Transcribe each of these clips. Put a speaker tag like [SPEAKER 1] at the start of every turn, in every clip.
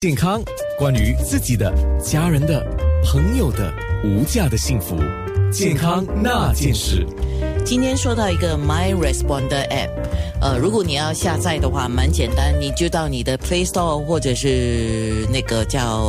[SPEAKER 1] 健康，关于自己的、家人的、朋友的无价的幸福，健康那件事。
[SPEAKER 2] 今天说到一个 My Responder App，呃，如果你要下载的话，蛮简单，你就到你的 Play Store 或者是那个叫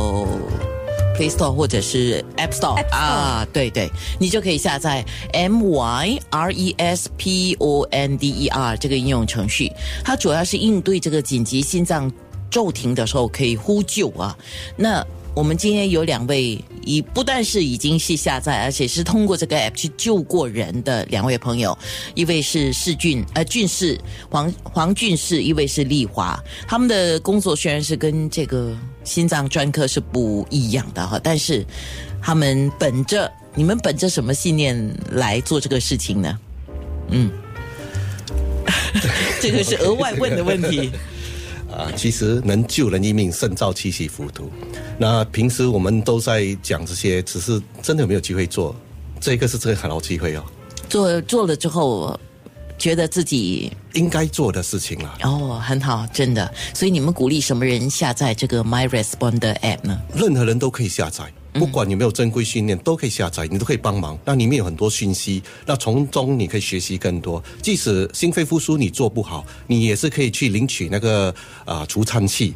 [SPEAKER 2] Play Store 或者是 App Store,
[SPEAKER 3] App Store
[SPEAKER 2] 啊，对对，你就可以下载 M Y R E S P O N D E R 这个应用程序，它主要是应对这个紧急心脏骤停的时候可以呼救啊。那我们今天有两位已不但是已经是下载，而且是通过这个 app 去救过人的两位朋友，一位是世俊呃俊士黄黄俊士，一位是丽华。他们的工作虽然是跟这个心脏专科是不一样的哈，但是他们本着你们本着什么信念来做这个事情呢？嗯，这个是额外问的问题。
[SPEAKER 4] 啊，其实能救人一命，胜造七级浮屠。那平时我们都在讲这些，只是真的有没有机会做，这个是真的很好机会哦，
[SPEAKER 2] 做做了之后，觉得自己
[SPEAKER 4] 应该做的事情啦。
[SPEAKER 2] 哦很好，真的。所以你们鼓励什么人下载这个 My Responder App 呢？
[SPEAKER 4] 任何人都可以下载，不管有没有正规训练，都可以下载，你都可以帮忙。那里面有很多讯息，那从中你可以学习更多。即使心肺复苏你做不好，你也是可以去领取那个啊、除颤器，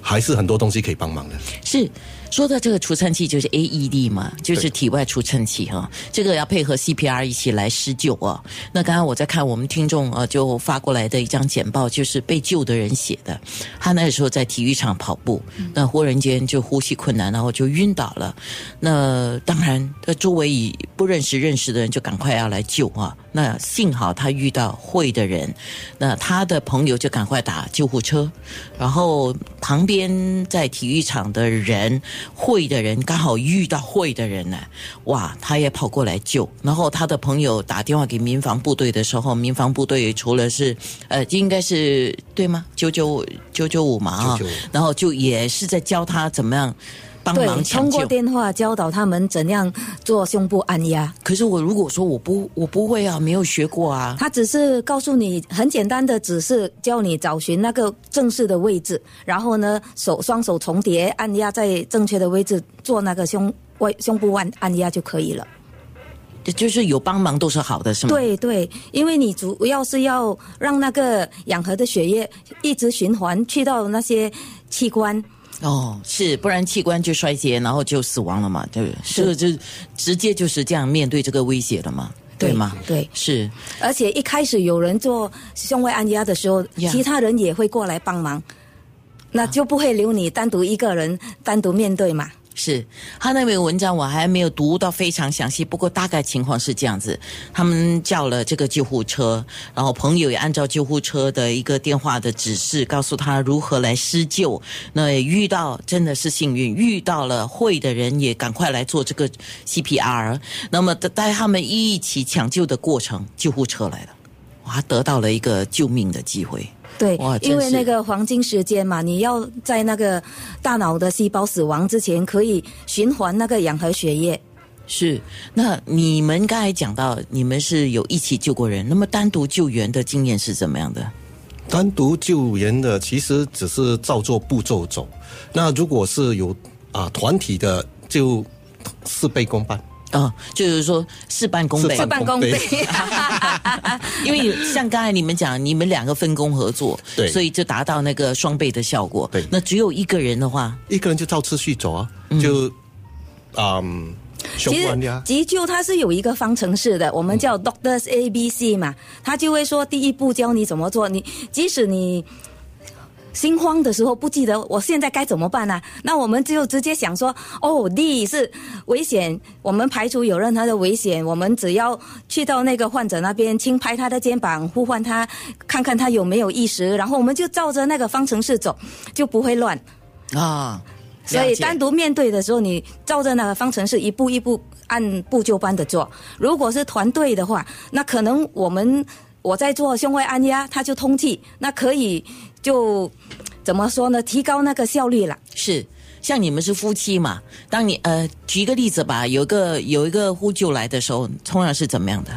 [SPEAKER 4] 还是很多东西可以帮忙的。
[SPEAKER 2] 是说到这个除颤器，就是 AED 嘛，就是体外除颤器哈、这个要配合 CPR 一起来施救啊。那刚刚我在看我们听众啊，就发过来的一张简报，就是被救的人写的。他那时候在体育场跑步，那忽然间就呼吸困难，然后就晕倒了。那当然，他周围以不认识认识的人就赶快要来救啊。那幸好他遇到会的人，那他的朋友就赶快打救护车，然后旁边在体育场的人会的人刚好遇到会的人呢、哇，他也跑过来救。然后他的朋友打电话给民防部队的时候，民防部队除了是呃，应该是对吗？九九九九五嘛啊
[SPEAKER 4] 995，
[SPEAKER 2] 然后就也是在教他怎么样帮
[SPEAKER 3] 对
[SPEAKER 2] 忙，抢
[SPEAKER 3] 通
[SPEAKER 2] 救
[SPEAKER 3] 过。电话教导他们怎样做胸部按压。
[SPEAKER 2] 可是我如果说我不我不会啊，没有学过啊，
[SPEAKER 3] 他只是告诉你很简单的指示，教你找寻那个正式的位置，然后呢，手双手重叠按压在正确的位置，做那个胸外胸部按按压就可以了。
[SPEAKER 2] 就是有帮忙都是好的，是吗？
[SPEAKER 3] 对对，因为你主要是要让那个氧合的血液一直循环去到那些器官，
[SPEAKER 2] 哦，是，不然器官就衰竭，然后就死亡了嘛，对不对？
[SPEAKER 3] 是
[SPEAKER 2] 这个就直接就是这样面对这个威胁了嘛，对吗？
[SPEAKER 3] 对，
[SPEAKER 2] 是，
[SPEAKER 3] 而且一开始有人做胸外按压的时候
[SPEAKER 2] Yeah 啊
[SPEAKER 3] 其他人也会过来帮忙，那就不会留你单独一个人单独面对嘛。
[SPEAKER 2] 是他那篇文章我还没有读到非常详细，不过大概情况是这样子：他们叫了这个救护车，然后朋友也按照救护车的一个电话的指示，告诉他如何来施救。那也遇到真的是幸运，遇到了会的人也赶快来做这个 CPR。那么带他们一起抢救的过程，救护车来了，哇，得到了一个救命的机会。
[SPEAKER 3] 对
[SPEAKER 2] 哇，真
[SPEAKER 3] 因为
[SPEAKER 2] 是
[SPEAKER 3] 那个黄金时间嘛，你要在那个大脑的细胞死亡之前，可以循环那个氧和血液。
[SPEAKER 2] 是，那你们刚才讲到你们是有一起救过人，那么单独救援的经验是怎么样的？
[SPEAKER 4] 单独救援的其实只是照做步骤走。那如果是有啊团体的，就事倍功半。
[SPEAKER 2] 哦，就是说事半功倍
[SPEAKER 4] 事，半功倍
[SPEAKER 2] 因为像刚才你们讲，你们两个分工合作，
[SPEAKER 4] 对
[SPEAKER 2] 所以就达到那个双倍的效果。
[SPEAKER 4] 对
[SPEAKER 2] 那只有一个人的话，
[SPEAKER 4] 一个人就照次序走啊，就啊雄
[SPEAKER 3] 嗯其
[SPEAKER 4] 关
[SPEAKER 3] 实
[SPEAKER 4] 的啊，
[SPEAKER 3] 急救它是有一个方程式的，我们叫 Doctors A B C 嘛，它就会说第一步教你怎么做。你即使你心慌的时候不记得我现在该怎么办呢、啊那我们就直接想说，哦，D 是危险，我们排除有任何的危险，我们只要去到那个患者那边，轻拍他的肩膀，呼唤他，看看他有没有意识，然后我们就照着那个方程式走，就不会乱。
[SPEAKER 2] 啊，
[SPEAKER 3] 所以
[SPEAKER 2] 了解
[SPEAKER 3] 单独面对的时候，你照着那个方程式一步一步按部就班的做。如果是团队的话，那可能我们我在做胸外按压，它就通气，那可以就怎么说呢？提高那个效率了。
[SPEAKER 2] 是。像你们是夫妻嘛？当你呃，举一个例子吧，有一个有一个呼救来的时候，通常是怎么样的？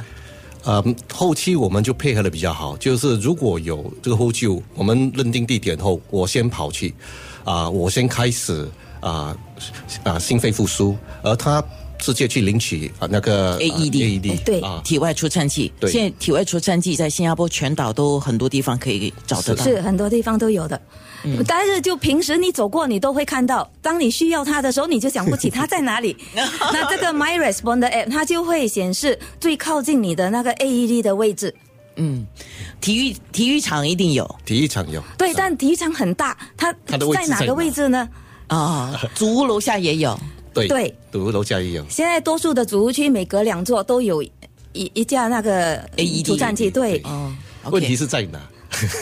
[SPEAKER 4] 呃，后期我们就配合的比较好，就是如果有这个呼救，我们认定地点后，我先跑去。啊、我先开始啊啊、心肺复苏，而他直接去领取啊、那个啊
[SPEAKER 2] AED
[SPEAKER 4] AED
[SPEAKER 3] E 对
[SPEAKER 4] 啊。
[SPEAKER 2] 哎体外除颤剂，
[SPEAKER 4] 对
[SPEAKER 2] 现在体外除颤剂在新加坡全岛都很多地方可以找得到。
[SPEAKER 3] 是很多地方都有的。但是就平时你走过，你都会看到。当你需要它的时候，你就想不起它在哪里。那这个 My Responder App 它就会显示最靠近你的那个 AED 的位置。
[SPEAKER 2] 体育体育场一定有
[SPEAKER 4] 体育场有
[SPEAKER 3] 对，但体育场很大，它
[SPEAKER 4] 它的位置
[SPEAKER 3] 在哪
[SPEAKER 4] 在哪
[SPEAKER 3] 个位置呢？
[SPEAKER 2] 啊，祖屋楼下也有。
[SPEAKER 4] 对
[SPEAKER 3] 对，
[SPEAKER 4] 独楼下也有。
[SPEAKER 3] 现在多数的主屋区每隔两座都有一一架那个
[SPEAKER 4] E
[SPEAKER 2] AED
[SPEAKER 3] 主战机。对，
[SPEAKER 2] 哦，OK
[SPEAKER 4] 问题是在哪？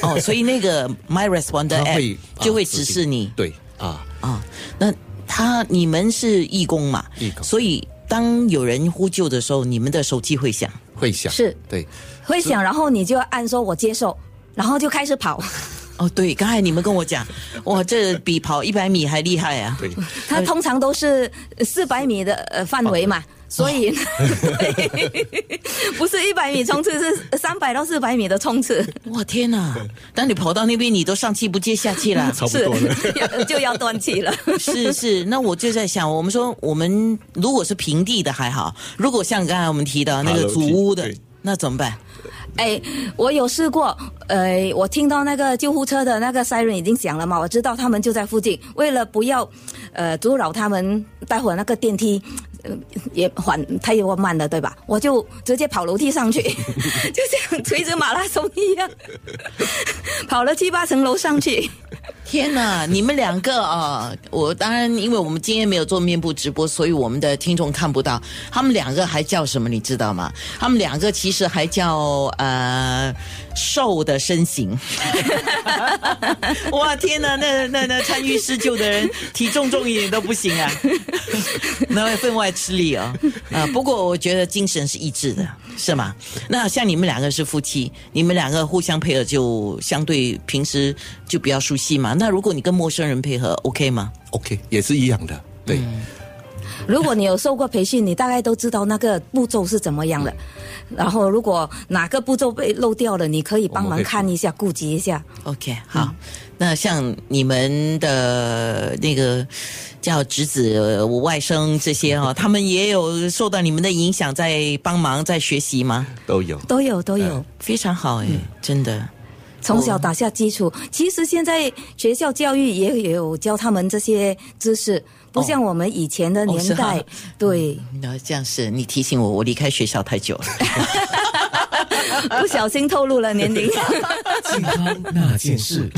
[SPEAKER 2] 哦，所以那 个 My Responder
[SPEAKER 4] 他
[SPEAKER 2] app
[SPEAKER 4] 会
[SPEAKER 2] 哎就会
[SPEAKER 4] 啊
[SPEAKER 2] 指
[SPEAKER 4] 定
[SPEAKER 2] 示你
[SPEAKER 4] 对啊，
[SPEAKER 2] 啊、那他你们是义工嘛？
[SPEAKER 4] 义工
[SPEAKER 2] 所以当有人呼救的时候，你们的手机会响。
[SPEAKER 4] 会响
[SPEAKER 3] 是
[SPEAKER 4] 对，
[SPEAKER 3] 会响，然后你就按说我接受，然后就开 始跑。
[SPEAKER 2] 哦，对，刚才你们跟我讲，哇，这比跑一百米还厉害啊！
[SPEAKER 4] 对，
[SPEAKER 3] 它通常都是四百米的呃范围
[SPEAKER 4] 哦
[SPEAKER 3] 嘛，所以、对 不是一百米冲刺，是三百到四百米的冲刺，
[SPEAKER 2] 哇，天哪！当你跑到那边，你都上气不接下气 啦。
[SPEAKER 4] 差不
[SPEAKER 3] 是
[SPEAKER 4] 多了。
[SPEAKER 3] 要就要断气了。
[SPEAKER 2] 是是，那我就在想，我们说我们如果是平地的还好，如果像刚才我们提到那个
[SPEAKER 4] 爬楼梯
[SPEAKER 2] 祖屋的
[SPEAKER 4] 对，
[SPEAKER 2] 那怎么办？
[SPEAKER 3] 哎，我有试过，呃，我听到那个救护车的那个 siren 已经响了嘛，我知道他们就在附近。为了不要，呃，阻扰他们，待会儿那个电梯。呃也缓太也慢了，对吧？我就直接跑楼梯上去，就像垂直马拉松一样，跑了七八层楼上去。
[SPEAKER 2] 天哪，你们两个啊、我当然因为我们今天没有做面部直播，所以我们的听众看不到。他们两个还叫什么？你知道吗？他们两个其实还叫呃瘦的身形。 哇，天哪，那那那参与施救的人体重重一点都不行啊， 那会分外吃力哦。啊、不过我觉得精神是一致的，是吗？那像你们两个是夫妻，你们两个互相配合就相对平时就比较熟悉嘛。那如果你跟陌生人配合，OK 吗？
[SPEAKER 4] OK，也是一样的，对，
[SPEAKER 2] 嗯
[SPEAKER 3] 如果你有受过培训，你大概都知道那个步骤是怎么样的。然后，如果哪个步骤被漏掉了，你可以帮
[SPEAKER 4] 我们
[SPEAKER 3] 忙
[SPEAKER 4] 会
[SPEAKER 3] 看一下、顾及一下。
[SPEAKER 2] OK，好，那像你们的那个叫侄子、呃我外甥这些哦，他们也有受到你们的影响，在帮忙，在学习吗？
[SPEAKER 4] 都有。
[SPEAKER 3] 都有，都有。
[SPEAKER 4] 嗯
[SPEAKER 2] 非常好哎、真的。
[SPEAKER 3] 从小打下基础。其实现在学校教育也有教他们这些知识，不像我们以前的年代。
[SPEAKER 2] 哦
[SPEAKER 3] 对，
[SPEAKER 2] 那这样是你提醒我，我离开学校太久了。
[SPEAKER 3] 不小心透露了年龄。
[SPEAKER 1] 健康那件事。